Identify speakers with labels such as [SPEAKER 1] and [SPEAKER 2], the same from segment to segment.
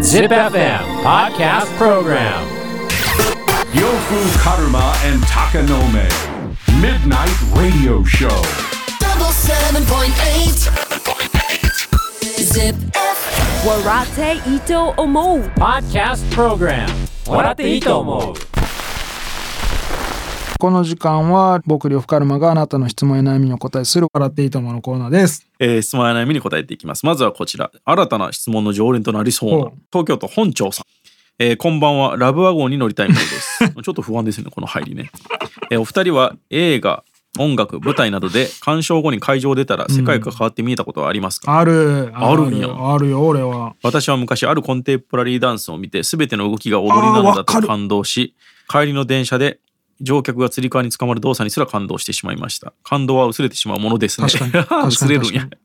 [SPEAKER 1] Zip FM Podcast Program
[SPEAKER 2] Yofu Karuma and Takanome. Midnight Radio Show.
[SPEAKER 3] double seven point eight. Zip.
[SPEAKER 4] Warate Ito Omo.
[SPEAKER 1] Podcast Program 笑っていいと思う
[SPEAKER 5] この時間は僕呂布カルマがあなたの質問や悩みにお答えする笑っていいとものコーナーです
[SPEAKER 6] えー質問や悩みに答えていきます。まずはこちら。新たな質問の常連となりそうな
[SPEAKER 5] ほう。
[SPEAKER 6] 東京都本町さん。えーこんばんは。ラブワゴンに乗りたいものです。 ちょっと不安ですね、この入りね。えーお二人は映画、音楽、舞台などで鑑賞後に会場を出たら世界が変わって見えたことはありますか、
[SPEAKER 5] ある
[SPEAKER 6] あるんや
[SPEAKER 5] あるよ俺は
[SPEAKER 6] 私は昔あるコンテンポラリーダンスを見て全ての動きが踊りなのだと感動し帰りの電車で乗客がつり革につかまる動作にすら感動してしまいました感動は薄れてしまうものですね
[SPEAKER 5] 確かに確かに
[SPEAKER 6] 薄れるんや
[SPEAKER 5] 確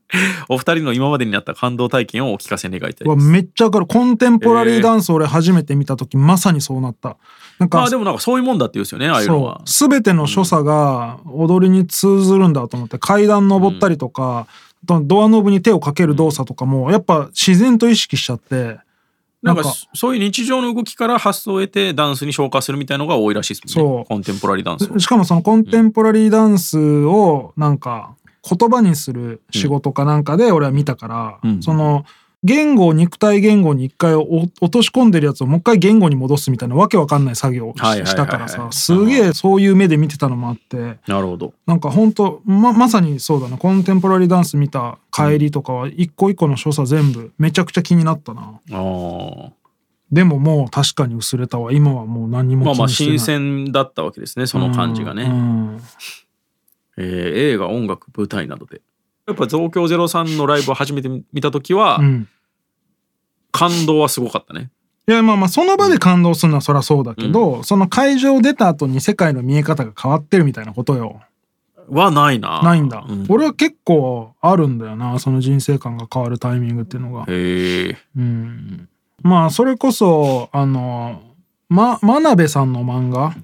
[SPEAKER 6] お二人の今までにあった感動体験をお聞かせ願いたいです
[SPEAKER 5] うわめっちゃわかるコンテンポラリーダンス俺初めて見た時、まさにそうなったなん
[SPEAKER 6] ま
[SPEAKER 5] か
[SPEAKER 6] あでもなんかそういうもんだって言うんですよねああいうの
[SPEAKER 5] そ
[SPEAKER 6] は
[SPEAKER 5] う全ての所作が踊りに通ずるんだと思って階段登ったりとか、あとドアノブに手をかける動作とかもやっぱ自然と意識しちゃって
[SPEAKER 6] なんか
[SPEAKER 5] なんか
[SPEAKER 6] そういう日常の動きから発想を得てダンスに昇華するみたいのが多いらしいですもん
[SPEAKER 5] そ
[SPEAKER 6] ね
[SPEAKER 5] う
[SPEAKER 6] コンテンポラリーダン スを
[SPEAKER 5] しかもそのコンテンポラリーダンスをなんか言葉にする仕事かなんかで俺は見たから、
[SPEAKER 6] うん
[SPEAKER 5] その言語を肉体言語に一回お落とし込んでるやつをもう一回言語に戻すみたいなわけわかんない作業をし,、
[SPEAKER 6] はいはいはいはい
[SPEAKER 5] たからさすげえそういう目で見てたのもあって
[SPEAKER 6] なるほど
[SPEAKER 5] なんかほんとままさにそうだなコンテンポラリーダンス見た帰りとかは一個一個の所作全部めちゃくちゃ気になったな
[SPEAKER 6] あー
[SPEAKER 5] でももう確かに薄れたわ今はもう何にも
[SPEAKER 6] まあ
[SPEAKER 5] 気
[SPEAKER 6] まあ
[SPEAKER 5] にしてない
[SPEAKER 6] 新鮮だったわけですねその感じがね、
[SPEAKER 5] うんうん
[SPEAKER 6] えー映画音楽舞台などでやっぱ増強ゼロさんのライブを初めて見た時は、
[SPEAKER 5] うん
[SPEAKER 6] 感動はすごかったね
[SPEAKER 5] いやまあまあその場で感動するのはそりゃそうだけど、その会場を出た後に世界の見え方が変わってるみたいなことよ
[SPEAKER 6] はないな
[SPEAKER 5] ないんだ、
[SPEAKER 6] う
[SPEAKER 5] 俺は結構あるんだよなその人生観が変わるタイミングっていうのが、
[SPEAKER 6] へえ
[SPEAKER 5] うん、まあそれこそあの、ま、真鍋さんの漫画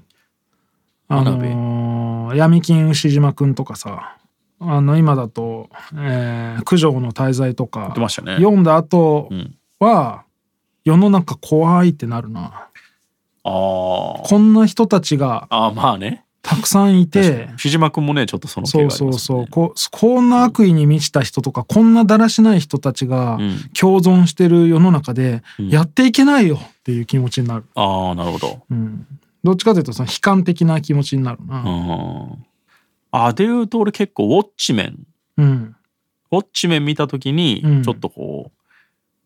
[SPEAKER 5] あ
[SPEAKER 6] 真
[SPEAKER 5] の闇金牛島くんとかさあの今だと、えー九条の滞在とか
[SPEAKER 6] 言ってましたね
[SPEAKER 5] 読んだ後
[SPEAKER 6] うん
[SPEAKER 5] は、世の中怖いってなるな
[SPEAKER 6] あー
[SPEAKER 5] こんな人たちが
[SPEAKER 6] あーまあね
[SPEAKER 5] たくさんいて、
[SPEAKER 6] 藤島君もねちょっとその
[SPEAKER 5] そ
[SPEAKER 6] 気
[SPEAKER 5] う
[SPEAKER 6] があり
[SPEAKER 5] そ
[SPEAKER 6] ま
[SPEAKER 5] う
[SPEAKER 6] す
[SPEAKER 5] そう、ここんな悪意に満ちた人とか、こんなだらしない人たちが
[SPEAKER 6] うん
[SPEAKER 5] 共存してる世の中で、
[SPEAKER 6] うん
[SPEAKER 5] やっていけないよっていう気持ちになる。
[SPEAKER 6] ああなるほど
[SPEAKER 5] うん。どっちかというと、その悲観的な気持ちになる
[SPEAKER 6] う
[SPEAKER 5] な。
[SPEAKER 6] んあで言うと俺結構ウォッチメン
[SPEAKER 5] うん。
[SPEAKER 6] ウォッチメン見た時に
[SPEAKER 5] うん
[SPEAKER 6] ちょっとこう、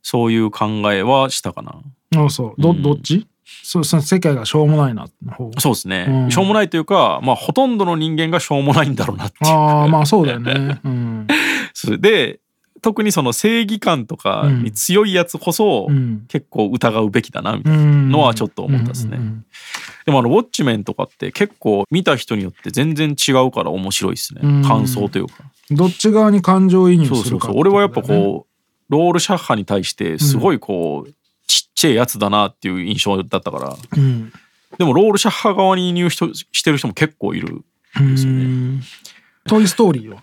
[SPEAKER 6] そういう考えはしたかな
[SPEAKER 5] そうそう。ど、
[SPEAKER 6] うん
[SPEAKER 5] どっちそう、その世界がしょうもないな、の 方。
[SPEAKER 6] そうですね、
[SPEAKER 5] うん
[SPEAKER 6] しょうもないというかまあほとんどの人間がしょうもないんだろうなっていう
[SPEAKER 5] ああ、まあそうだよ ね。うん。
[SPEAKER 6] そうで特にその正義感とかに強いやつこそ、
[SPEAKER 5] うん。
[SPEAKER 6] 結構疑うべきだなみた
[SPEAKER 5] う
[SPEAKER 6] いな、
[SPEAKER 5] ん。
[SPEAKER 6] のはちょっと思ったですね
[SPEAKER 5] うんうんうん
[SPEAKER 6] でもあのウォッチメンとかって結構見た人によって全然違うから面白いですね、
[SPEAKER 5] うん
[SPEAKER 6] 感想というか
[SPEAKER 5] どっち側に感情移入
[SPEAKER 6] そう
[SPEAKER 5] す
[SPEAKER 6] そ
[SPEAKER 5] る
[SPEAKER 6] う
[SPEAKER 5] かて
[SPEAKER 6] そう
[SPEAKER 5] こ
[SPEAKER 6] 俺
[SPEAKER 5] とだ
[SPEAKER 6] は
[SPEAKER 5] よ
[SPEAKER 6] やっ
[SPEAKER 5] ね
[SPEAKER 6] ぱこうロールシャッハに対してすごいこう、ちっちゃいやつだなっていう印象だったから
[SPEAKER 5] うん。
[SPEAKER 6] でもロールシャッハ側に入手してる人も結構いるですよね
[SPEAKER 5] うんトイ・ストーリーよ。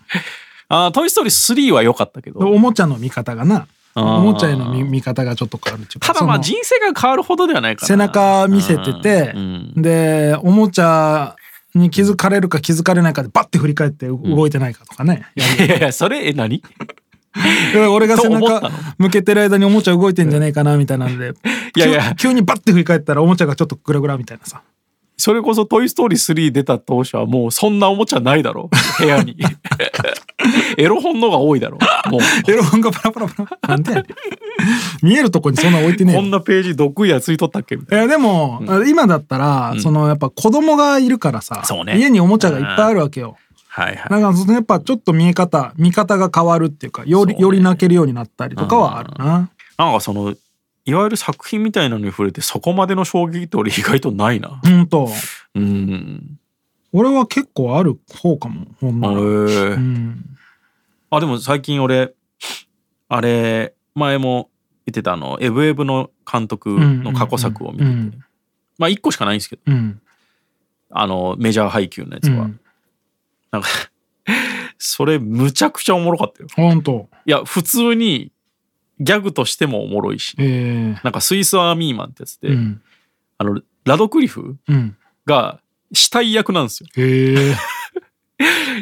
[SPEAKER 6] あートイ・ストーリー3」は良かったけど
[SPEAKER 5] おもちゃの見方がな
[SPEAKER 6] あ
[SPEAKER 5] お
[SPEAKER 6] ー
[SPEAKER 5] もちゃへの見見方がちょっと変わるっていうか
[SPEAKER 6] ただまあ
[SPEAKER 5] その
[SPEAKER 6] 人生が変わるほどではないから
[SPEAKER 5] 背中見せてて、
[SPEAKER 6] うん
[SPEAKER 5] でおもちゃに気づかれるか気づかれないかでバッて振り返ってう動いてないかとかね、
[SPEAKER 6] いやいやそれえ何
[SPEAKER 5] で俺が背
[SPEAKER 6] そう思っ
[SPEAKER 5] 中
[SPEAKER 6] たの
[SPEAKER 5] 向けてる間におもちゃ動いてんじゃねえかなみたいなんで
[SPEAKER 6] いやいや
[SPEAKER 5] 急急にバッて振り返ったらおもちゃがちょっとグラグラみたいな さ
[SPEAKER 6] それこそ「トイ・ストーリー3」出た当初はもうそんなおもちゃないだろ部屋 にエロ本のが多いだろも う
[SPEAKER 5] エロ本がパラパラパラなんでやねん見えるとこにそんな置いてねえ
[SPEAKER 6] こ
[SPEAKER 5] よ
[SPEAKER 6] んなページ毒いやついとったっけみたい
[SPEAKER 5] いやでも、今だったら、そのやっぱ子供がいるからさ、
[SPEAKER 6] そうね
[SPEAKER 5] 家におもちゃがいっぱいあるわけよ。
[SPEAKER 6] なはいは
[SPEAKER 5] だ
[SPEAKER 6] い
[SPEAKER 5] からそのやっぱちょっと見え方見方が変わるっていうかより
[SPEAKER 6] そうね
[SPEAKER 5] より泣けるようになったりとかはあるな。
[SPEAKER 6] なんかそのいわゆる作品みたいなのに触れてそこまでの衝撃って俺意外とないな
[SPEAKER 5] ほんと
[SPEAKER 6] うん
[SPEAKER 5] 俺は結構ある方かもほん
[SPEAKER 6] あ
[SPEAKER 5] ま
[SPEAKER 6] れ、
[SPEAKER 5] に。うん
[SPEAKER 6] あでも最近俺あれ前も言ってたあの「エブエブ」の監督の過去作を見て、
[SPEAKER 5] うん
[SPEAKER 6] まあ1個しかないんですけど
[SPEAKER 5] うん
[SPEAKER 6] あのメジャー配給のや
[SPEAKER 5] う
[SPEAKER 6] つは、
[SPEAKER 5] ん
[SPEAKER 6] なんか それむちゃくちゃおもろかったよ
[SPEAKER 5] ほんと
[SPEAKER 6] いや普通にギャグとしてもおもろいし、
[SPEAKER 5] え
[SPEAKER 6] なんかスイスアーミーマンってやつで、
[SPEAKER 5] えうん
[SPEAKER 6] あの、ラドクリフ
[SPEAKER 5] うん
[SPEAKER 6] が死体役なんですよ。
[SPEAKER 5] へ え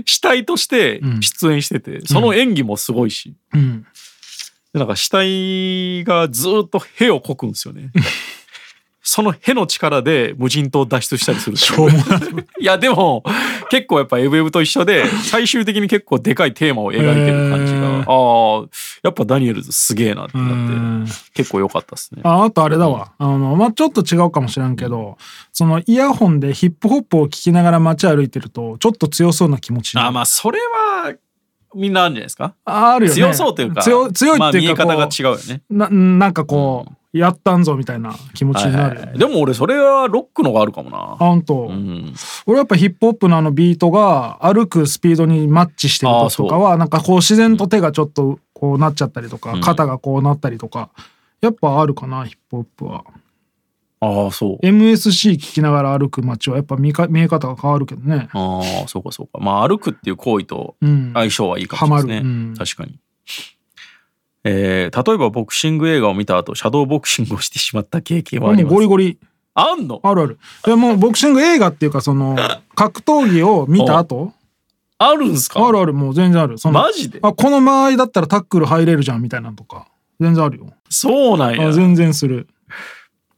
[SPEAKER 6] 死体として
[SPEAKER 5] うん
[SPEAKER 6] 出演してて、その演技もすごいし、
[SPEAKER 5] うん
[SPEAKER 6] でなんか死体がずーっと屁をこくんです よね。その屁の力で無人島を脱出したりするっていう。
[SPEAKER 5] しょうもない
[SPEAKER 6] いやでも結構やっぱエブエブと一緒で最終的に結構でかいテーマを描いてる感じが、
[SPEAKER 5] へー
[SPEAKER 6] ああやっぱダニエルズすげえなって
[SPEAKER 5] う
[SPEAKER 6] なって
[SPEAKER 5] ん
[SPEAKER 6] 結構良かったですね。
[SPEAKER 5] ああとあれだわあのまあちょっと違うかもしらんけどそのイヤホンでヒップホップを聴きながら街歩いてるとちょっと強そうな気持ちになる
[SPEAKER 6] あーまあそれはみんなあるんじゃないですか
[SPEAKER 5] あるよね
[SPEAKER 6] 強そうというか
[SPEAKER 5] 強強いっていうか
[SPEAKER 6] まあ、
[SPEAKER 5] こ
[SPEAKER 6] 見え方が
[SPEAKER 5] う
[SPEAKER 6] 違うよね。
[SPEAKER 5] ななんかこうやったんぞみたいな気持ちになるよ
[SPEAKER 6] はいはい
[SPEAKER 5] ね
[SPEAKER 6] でも俺それはロックのがあるかも
[SPEAKER 5] あ
[SPEAKER 6] な。
[SPEAKER 5] ほんと
[SPEAKER 6] うん、
[SPEAKER 5] 俺やっぱヒップホップのあのビートが歩くスピードにマッチしてる
[SPEAKER 6] あー
[SPEAKER 5] 時とかはなんかこう自然と手がちょっとこうなっちゃったりとか
[SPEAKER 6] ん
[SPEAKER 5] 肩がこうなったりとかやっぱあるかなヒップホップは
[SPEAKER 6] ああそう。
[SPEAKER 5] MSC 聞きながら歩く街はやっぱ見か見え方が変わるけどね
[SPEAKER 6] ああそうかそうか。まあ歩くっていう行為と
[SPEAKER 5] うん
[SPEAKER 6] 相性はいいかもしれないで
[SPEAKER 5] ハ
[SPEAKER 6] すね。
[SPEAKER 5] マるうん
[SPEAKER 6] 確かに。えー例えばボクシング映画を見た後シャドーボクシングをしてしまった経験はあ
[SPEAKER 5] も
[SPEAKER 6] り
[SPEAKER 5] う
[SPEAKER 6] ます
[SPEAKER 5] ゴリゴリ
[SPEAKER 6] あんの
[SPEAKER 5] あるあるいやもうボクシング映画っていうかその格闘技を見た後
[SPEAKER 6] あるんすか
[SPEAKER 5] あるあるもう全然あるその
[SPEAKER 6] マジで
[SPEAKER 5] あこの間合いだったらタックル入れるじゃんみたいなのとか全然あるよ
[SPEAKER 6] そうなん
[SPEAKER 5] あ
[SPEAKER 6] や。
[SPEAKER 5] 全然する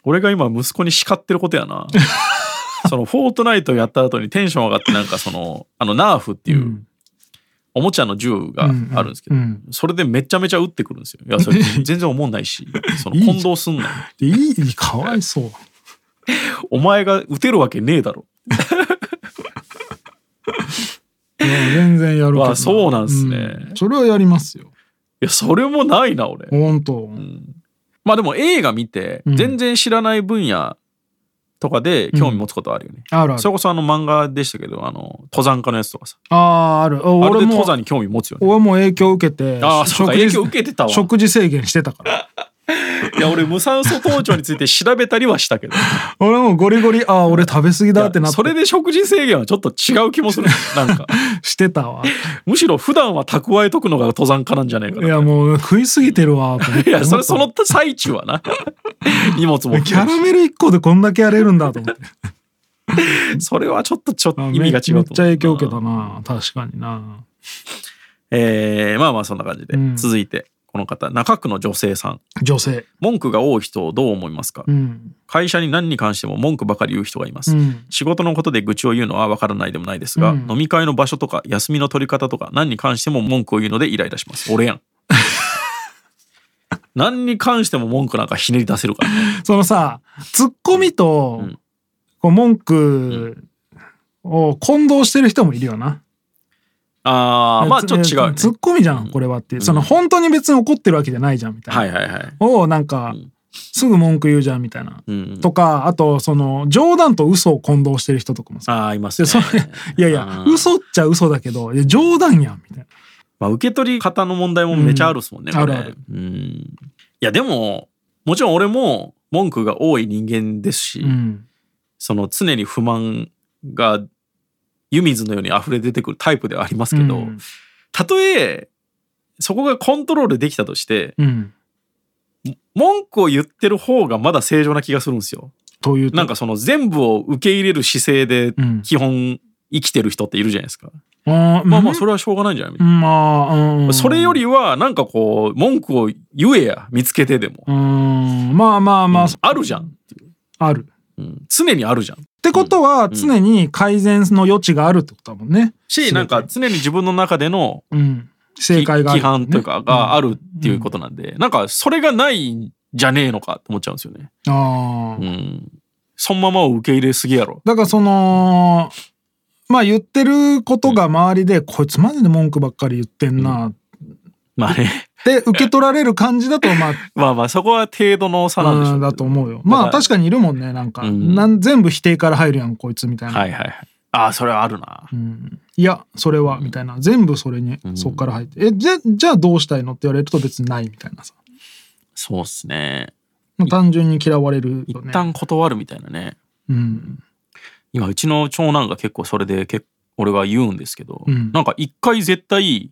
[SPEAKER 6] 俺が今息子に叱ってること やな。そのフォートナイトやった後にテンション上がってなんかその、あのナーフっていううんおもちゃの銃があるんですけど
[SPEAKER 5] うんうん、
[SPEAKER 6] それでめちゃめちゃ撃ってくるんですよ。いや、それ全然思んないし、その混同すんなよ。
[SPEAKER 5] でいいかわいそう
[SPEAKER 6] お前が撃てるわけねえだろ。
[SPEAKER 5] いや全然やるけど
[SPEAKER 6] わあそうなんすね
[SPEAKER 5] うんそれはやりますよ
[SPEAKER 6] いや、それもないな、俺。
[SPEAKER 5] 本当、
[SPEAKER 6] まあでも映画見て、
[SPEAKER 5] うん
[SPEAKER 6] 全然知らない分野とかで興味持つことあるよね。
[SPEAKER 5] あるあ
[SPEAKER 6] それ
[SPEAKER 5] る
[SPEAKER 6] こそあの漫画でしたけど、あの、登山家のやつとかさ。
[SPEAKER 5] あああるお
[SPEAKER 6] あれで
[SPEAKER 5] 俺
[SPEAKER 6] 登
[SPEAKER 5] も
[SPEAKER 6] 山に興味持つよね。
[SPEAKER 5] 俺も影響受けて
[SPEAKER 6] ああ、そうか、影響受けてたわ。
[SPEAKER 5] 食事制限してたから
[SPEAKER 6] いや、俺、無酸素盗聴について調べたりはし たけど、
[SPEAKER 5] 俺もゴリゴリああ俺食べ過ぎだってなって
[SPEAKER 6] それで食事制限はちょっと違う気も する。なんか、
[SPEAKER 5] してたわ
[SPEAKER 6] むしろ普段は蓄えとくのが登山家なんじゃないか
[SPEAKER 5] い
[SPEAKER 6] な。い
[SPEAKER 5] やもう食い過ぎてる わと思って
[SPEAKER 6] や、それ、その最中はな。荷物 も
[SPEAKER 5] キャラメル1個でこんだけやれるんだと思って
[SPEAKER 6] それはちょっと、ちょっと
[SPEAKER 5] あ
[SPEAKER 6] 意味が違うと
[SPEAKER 5] め
[SPEAKER 6] 思
[SPEAKER 5] っ
[SPEAKER 6] う
[SPEAKER 5] ちゃ影響受けたな確かにな
[SPEAKER 6] えー、まあまあ、そんな感じで。
[SPEAKER 5] うん
[SPEAKER 6] 続いて、この方、中区の女性さん。
[SPEAKER 5] 女性
[SPEAKER 6] 文句が多い人をどう思いますか、
[SPEAKER 5] うん
[SPEAKER 6] 会社に何に関しても文句ばかり言う人がいます。
[SPEAKER 5] うん
[SPEAKER 6] 仕事のことで愚痴を言うのはわからないでもないですが、
[SPEAKER 5] うん
[SPEAKER 6] 飲み会の場所とか休みの取り方とか何に関しても文句を言うのでイライラします俺 やん何に関しても文句なんかひねり出せるからね、
[SPEAKER 5] そのさツッコミと、
[SPEAKER 6] うん
[SPEAKER 5] こう文句を混同してる人もいるよな、
[SPEAKER 6] ああまあ
[SPEAKER 5] つ
[SPEAKER 6] ちょっと違うよね
[SPEAKER 5] ツッコミじゃんこれはっていうその本当に別に怒ってるわけじゃないじゃんみたいな、
[SPEAKER 6] はいはいはい、
[SPEAKER 5] をなんか
[SPEAKER 6] ん
[SPEAKER 5] すぐ文句言うじゃんみたいな、
[SPEAKER 6] うん、
[SPEAKER 5] とかあとその冗談と嘘を混同してる人とかもさ
[SPEAKER 6] ああいます
[SPEAKER 5] で
[SPEAKER 6] ね
[SPEAKER 5] それいやいや
[SPEAKER 6] あー
[SPEAKER 5] 嘘っちゃ嘘だけどいや冗談やんみたいな
[SPEAKER 6] まあ、受け取り方の問題もめちゃあるっすもんね、
[SPEAKER 5] うん
[SPEAKER 6] これ
[SPEAKER 5] あるある
[SPEAKER 6] うんいやでももちろん俺も文句が多い人間ですし、
[SPEAKER 5] うん
[SPEAKER 6] その常に不満が湯水のように溢れ出てくるタイプではありますけど、
[SPEAKER 5] うん
[SPEAKER 6] たとえそこがコントロールできたとして
[SPEAKER 5] うん
[SPEAKER 6] 文句を言ってる方がまだ正常な気がするんですよ
[SPEAKER 5] というと
[SPEAKER 6] なんかその全部を受け入れる姿勢で
[SPEAKER 5] うん
[SPEAKER 6] 基本生きてる人っているじゃないですか、
[SPEAKER 5] あー
[SPEAKER 6] まあまあ
[SPEAKER 5] うん
[SPEAKER 6] それはしょうがないんじゃないみたい
[SPEAKER 5] まあうん
[SPEAKER 6] なそれよりはなんかこう文句を言えや見つけてでも、
[SPEAKER 5] うんまあまあまあ、
[SPEAKER 6] あるじゃん、
[SPEAKER 5] ある
[SPEAKER 6] うん常にあるじゃ
[SPEAKER 5] っ
[SPEAKER 6] ん
[SPEAKER 5] てことは常に改善の余地があるってことだもんね。
[SPEAKER 6] しなんか常に自分の中での
[SPEAKER 5] うん、正解があ
[SPEAKER 6] 規
[SPEAKER 5] る、
[SPEAKER 6] 規範というかがあるっていうことなんで、なんかそれがないんじゃねえのかって思っちゃうんですよね。
[SPEAKER 5] ああ、
[SPEAKER 6] うん。そのままを受け入れすぎやろ。
[SPEAKER 5] だからそのまあ言ってることが周りで、こいつマジで文句ばっかり言ってんなっ
[SPEAKER 6] まあね。
[SPEAKER 5] て受け取られる感じだとまあ
[SPEAKER 6] まあまあそこは程度の差なんでしょ
[SPEAKER 5] う
[SPEAKER 6] うんけど
[SPEAKER 5] だと思うよ。
[SPEAKER 6] だ
[SPEAKER 5] ま
[SPEAKER 6] か
[SPEAKER 5] あ
[SPEAKER 6] ら
[SPEAKER 5] 確かにいるもんねなんか、
[SPEAKER 6] うん
[SPEAKER 5] なん全部否定から入るやんこいつみたいな。
[SPEAKER 6] はいはいはい。ああ、それはあるな。
[SPEAKER 5] うんいやそれはみたいな全部それにそっから入って、えじゃじゃあどうしたいのって言われると別にないみたいなさ
[SPEAKER 6] そうっすね。
[SPEAKER 5] もう単純に嫌われる
[SPEAKER 6] 一
[SPEAKER 5] よね。
[SPEAKER 6] 旦断るみたいなね。
[SPEAKER 5] うん
[SPEAKER 6] 今うちの長男が結構それで結俺が言うんですけど、
[SPEAKER 5] うん
[SPEAKER 6] なんか一回絶対、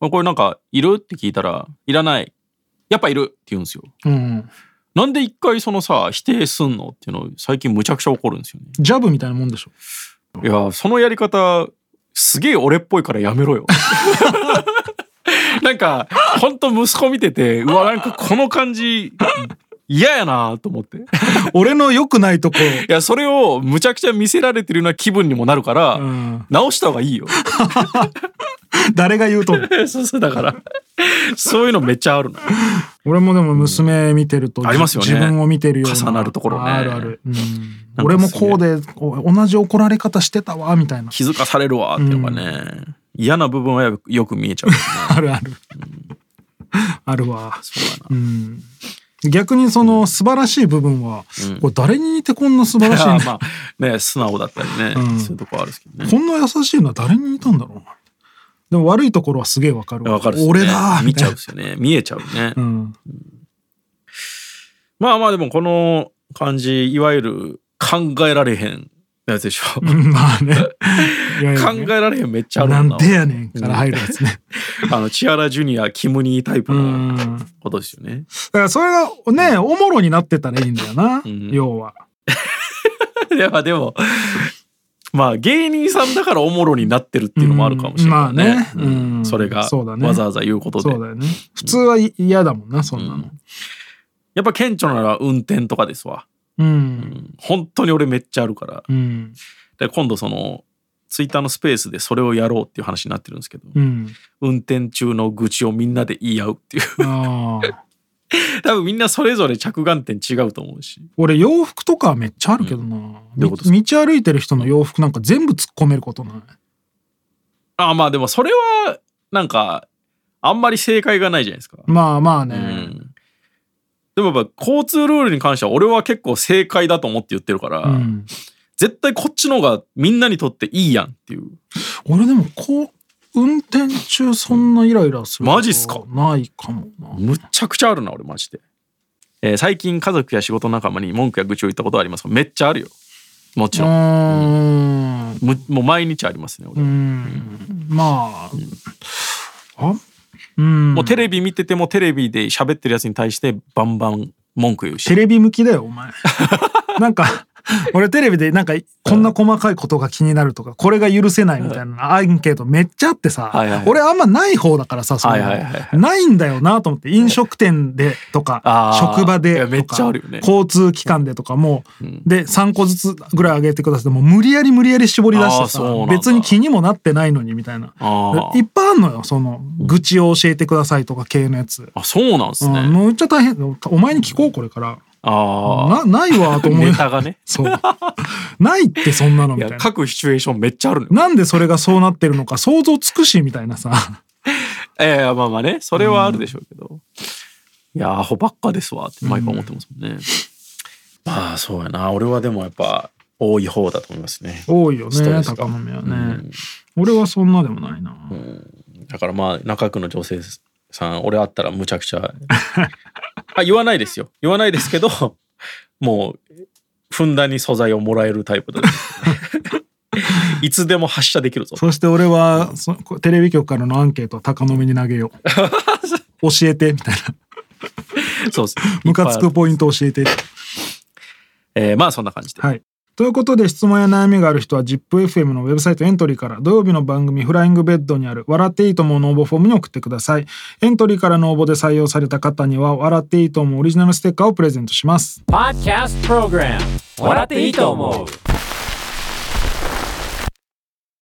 [SPEAKER 6] これなんかいるって聞いたら、いらない。やっぱいるって言うんですよ。
[SPEAKER 5] うん。
[SPEAKER 6] なんで一回そのさ否定すんのっていうの最近むちゃくちゃ怒るんですよね。
[SPEAKER 5] ジャブみたいなもんでし ょ。
[SPEAKER 6] いやーそのやり方すげえ俺っぽいからやめろよ。なんかほんと息子見ててうわなんかこの感じ嫌やなと思って。い
[SPEAKER 5] 俺の良くないとこ。
[SPEAKER 6] やそれをむちゃくちゃ見せられてるような気分にもなるから、
[SPEAKER 5] うん。
[SPEAKER 6] 直した方がいいよ。
[SPEAKER 5] 誰が言うとんの
[SPEAKER 6] そうそうだからそういうのめっちゃあるの。
[SPEAKER 5] 俺もでも娘見てると、
[SPEAKER 6] ありますよね
[SPEAKER 5] 自分を見てるような
[SPEAKER 6] 重なるところね
[SPEAKER 5] あるある、うん
[SPEAKER 6] なん
[SPEAKER 5] 俺
[SPEAKER 6] か
[SPEAKER 5] も
[SPEAKER 6] すげえ
[SPEAKER 5] こうでお同じ怒られ方してたわみたい な
[SPEAKER 6] 気づかされるわっていうのがね、嫌な部分はよよく見えちゃうよ ね。
[SPEAKER 5] あるある、あるわ
[SPEAKER 6] そうだな
[SPEAKER 5] うん逆にその素晴らしい部分は、
[SPEAKER 6] うん
[SPEAKER 5] これ誰に似てこんな素晴らしいんだ
[SPEAKER 6] あー まあね素直だったりね、
[SPEAKER 5] うん
[SPEAKER 6] そういうとこあるんですけどね。
[SPEAKER 5] こんな優しいのは誰に似たんだろうなでも悪いところはすげえわかるわ
[SPEAKER 6] わかるっすよね
[SPEAKER 5] 俺だー
[SPEAKER 6] 見ちゃう
[SPEAKER 5] み
[SPEAKER 6] っすよね見えちゃうね、
[SPEAKER 5] たいなうん
[SPEAKER 6] まあまあでもこの感じいわゆる考えられへんやつでしょ、
[SPEAKER 5] うんまあねいやいや
[SPEAKER 6] 考
[SPEAKER 5] ね
[SPEAKER 6] えられへんめっちゃある
[SPEAKER 5] な
[SPEAKER 6] も
[SPEAKER 5] んでやねんから入るやつね
[SPEAKER 6] あのチアラジュニアキムニータイプ
[SPEAKER 5] う
[SPEAKER 6] の
[SPEAKER 5] ん
[SPEAKER 6] ことですよね、
[SPEAKER 5] だからそれがね、おもろになってたらいいんだよな、
[SPEAKER 6] ん
[SPEAKER 5] 要は。
[SPEAKER 6] いやでもまあ芸人さんだからおもろになってるっていうのもあるかもしれな
[SPEAKER 5] うん
[SPEAKER 6] いね,、
[SPEAKER 5] まあねうん
[SPEAKER 6] それが
[SPEAKER 5] そうだね
[SPEAKER 6] わざわざ言うことで、
[SPEAKER 5] そうだよね。普通はい嫌だもんな、そんなの。
[SPEAKER 6] やっぱ顕著なら運転とかですわ、
[SPEAKER 5] う。
[SPEAKER 6] うんん、本当に俺めっちゃあるから
[SPEAKER 5] うん。
[SPEAKER 6] で今度そのツイッターのスペースでそれをやろうっていう話になってるんですけど、
[SPEAKER 5] うん。
[SPEAKER 6] 運転中の愚痴をみんなで言い合うっていう
[SPEAKER 5] ああ。
[SPEAKER 6] 多分みんなそれぞれ着眼点違うと思うし
[SPEAKER 5] 俺洋服とかめっちゃあるけどな。
[SPEAKER 6] どういう
[SPEAKER 5] み
[SPEAKER 6] ことです
[SPEAKER 5] 道歩いてる人の洋服なんか全部突っ込めることない。
[SPEAKER 6] あまあでもそれはなんかあんまり正解がないじゃないですか、
[SPEAKER 5] まあまあ
[SPEAKER 6] う
[SPEAKER 5] ね。
[SPEAKER 6] ん、でもやっぱ交通ルールに関しては俺は結構正解だと思って言ってるから、
[SPEAKER 5] うん
[SPEAKER 6] 絶対こっちの方がみんなにとっていいやんっていう
[SPEAKER 5] 俺でもこう、運転中そんなイライラすること
[SPEAKER 6] マジっすか
[SPEAKER 5] ないかもな。
[SPEAKER 6] むっちゃくちゃあるな俺マジで、えー最近家族や仕事仲間に文句や愚痴を言ったことはありますかめっちゃあるよもちろん
[SPEAKER 5] うーん。
[SPEAKER 6] むもう毎日ありますね俺、
[SPEAKER 5] うん。まあ。あうん。
[SPEAKER 6] もうテレビ見ててもテレビで喋ってるやつに対してバンバン文句言うし
[SPEAKER 5] テレビ向きだよ、お 前。なんか、俺テレビでなんか、こんな細かいことが気になるとか、これが許せないみたいなアンケートめっちゃあってさ、
[SPEAKER 6] はいはいはい
[SPEAKER 5] 俺あんまない方だからさ、その
[SPEAKER 6] はいはいはいは
[SPEAKER 5] ないんだよなと思って、飲食店でとか、
[SPEAKER 6] あー
[SPEAKER 5] 職場
[SPEAKER 6] い
[SPEAKER 5] で
[SPEAKER 6] やめっ
[SPEAKER 5] と
[SPEAKER 6] ちゃ
[SPEAKER 5] か、
[SPEAKER 6] あるよね
[SPEAKER 5] 交通機関でとかもう、
[SPEAKER 6] ん
[SPEAKER 5] で、3個ずつぐらい上げてくださって、もう無理やり無理やり絞り出して
[SPEAKER 6] あー
[SPEAKER 5] さ
[SPEAKER 6] そうなん、だ
[SPEAKER 5] 別に気にもなってないのにみたいな。
[SPEAKER 6] あ
[SPEAKER 5] い
[SPEAKER 6] ー
[SPEAKER 5] っぱいあんのよ、その、愚痴を教えてくださいとか系のやつ。
[SPEAKER 6] あそうなんですね、
[SPEAKER 5] うん、めっちゃ大変。お前に聞こう、これから。
[SPEAKER 6] あ
[SPEAKER 5] なないわと
[SPEAKER 6] あ
[SPEAKER 5] 思い
[SPEAKER 6] ネタがね
[SPEAKER 5] そうないってそんなの
[SPEAKER 6] い
[SPEAKER 5] みたい
[SPEAKER 6] や
[SPEAKER 5] な
[SPEAKER 6] 各シチュエーションめっちゃあるのよ
[SPEAKER 5] なんでそれがそうなってるのか想像つくしみたいなさ
[SPEAKER 6] ええまあまあねそれはあるでしょうけど、いやアホばっかですわって毎回思ってますもんね、まあそうやな俺はでもやっぱ多い方だと思いますね
[SPEAKER 5] 多いよ
[SPEAKER 6] ストレ
[SPEAKER 5] ね
[SPEAKER 6] スが
[SPEAKER 5] 高豆はね、俺はそんなでもないな、
[SPEAKER 6] だからまあ中区の女性さん俺会ったらむちゃくちゃあ言わないですよ言わないですけど もうふんだんに素材をもらえるタイプだ、ね、いつでも発射できるぞ
[SPEAKER 5] そして俺はそこテレビ局からのアンケートは高豆に投げよう教えてみたいな
[SPEAKER 6] そうですね
[SPEAKER 5] ムカつ
[SPEAKER 6] いっ
[SPEAKER 5] く
[SPEAKER 6] ぱい
[SPEAKER 5] ポイント教えて
[SPEAKER 6] あるえーまあそんな感じで、
[SPEAKER 5] はい。ということで質問や悩みがある人は ZIPFM のウェブサイトエントリーから土曜日の番組フライングベッドにある笑っていいともの応募フォームに送ってください。エントリーからの応募で採用された方には笑っていいともオリジナルステッカーをプレゼントします。
[SPEAKER 1] Podcast Program 笑っていいと思う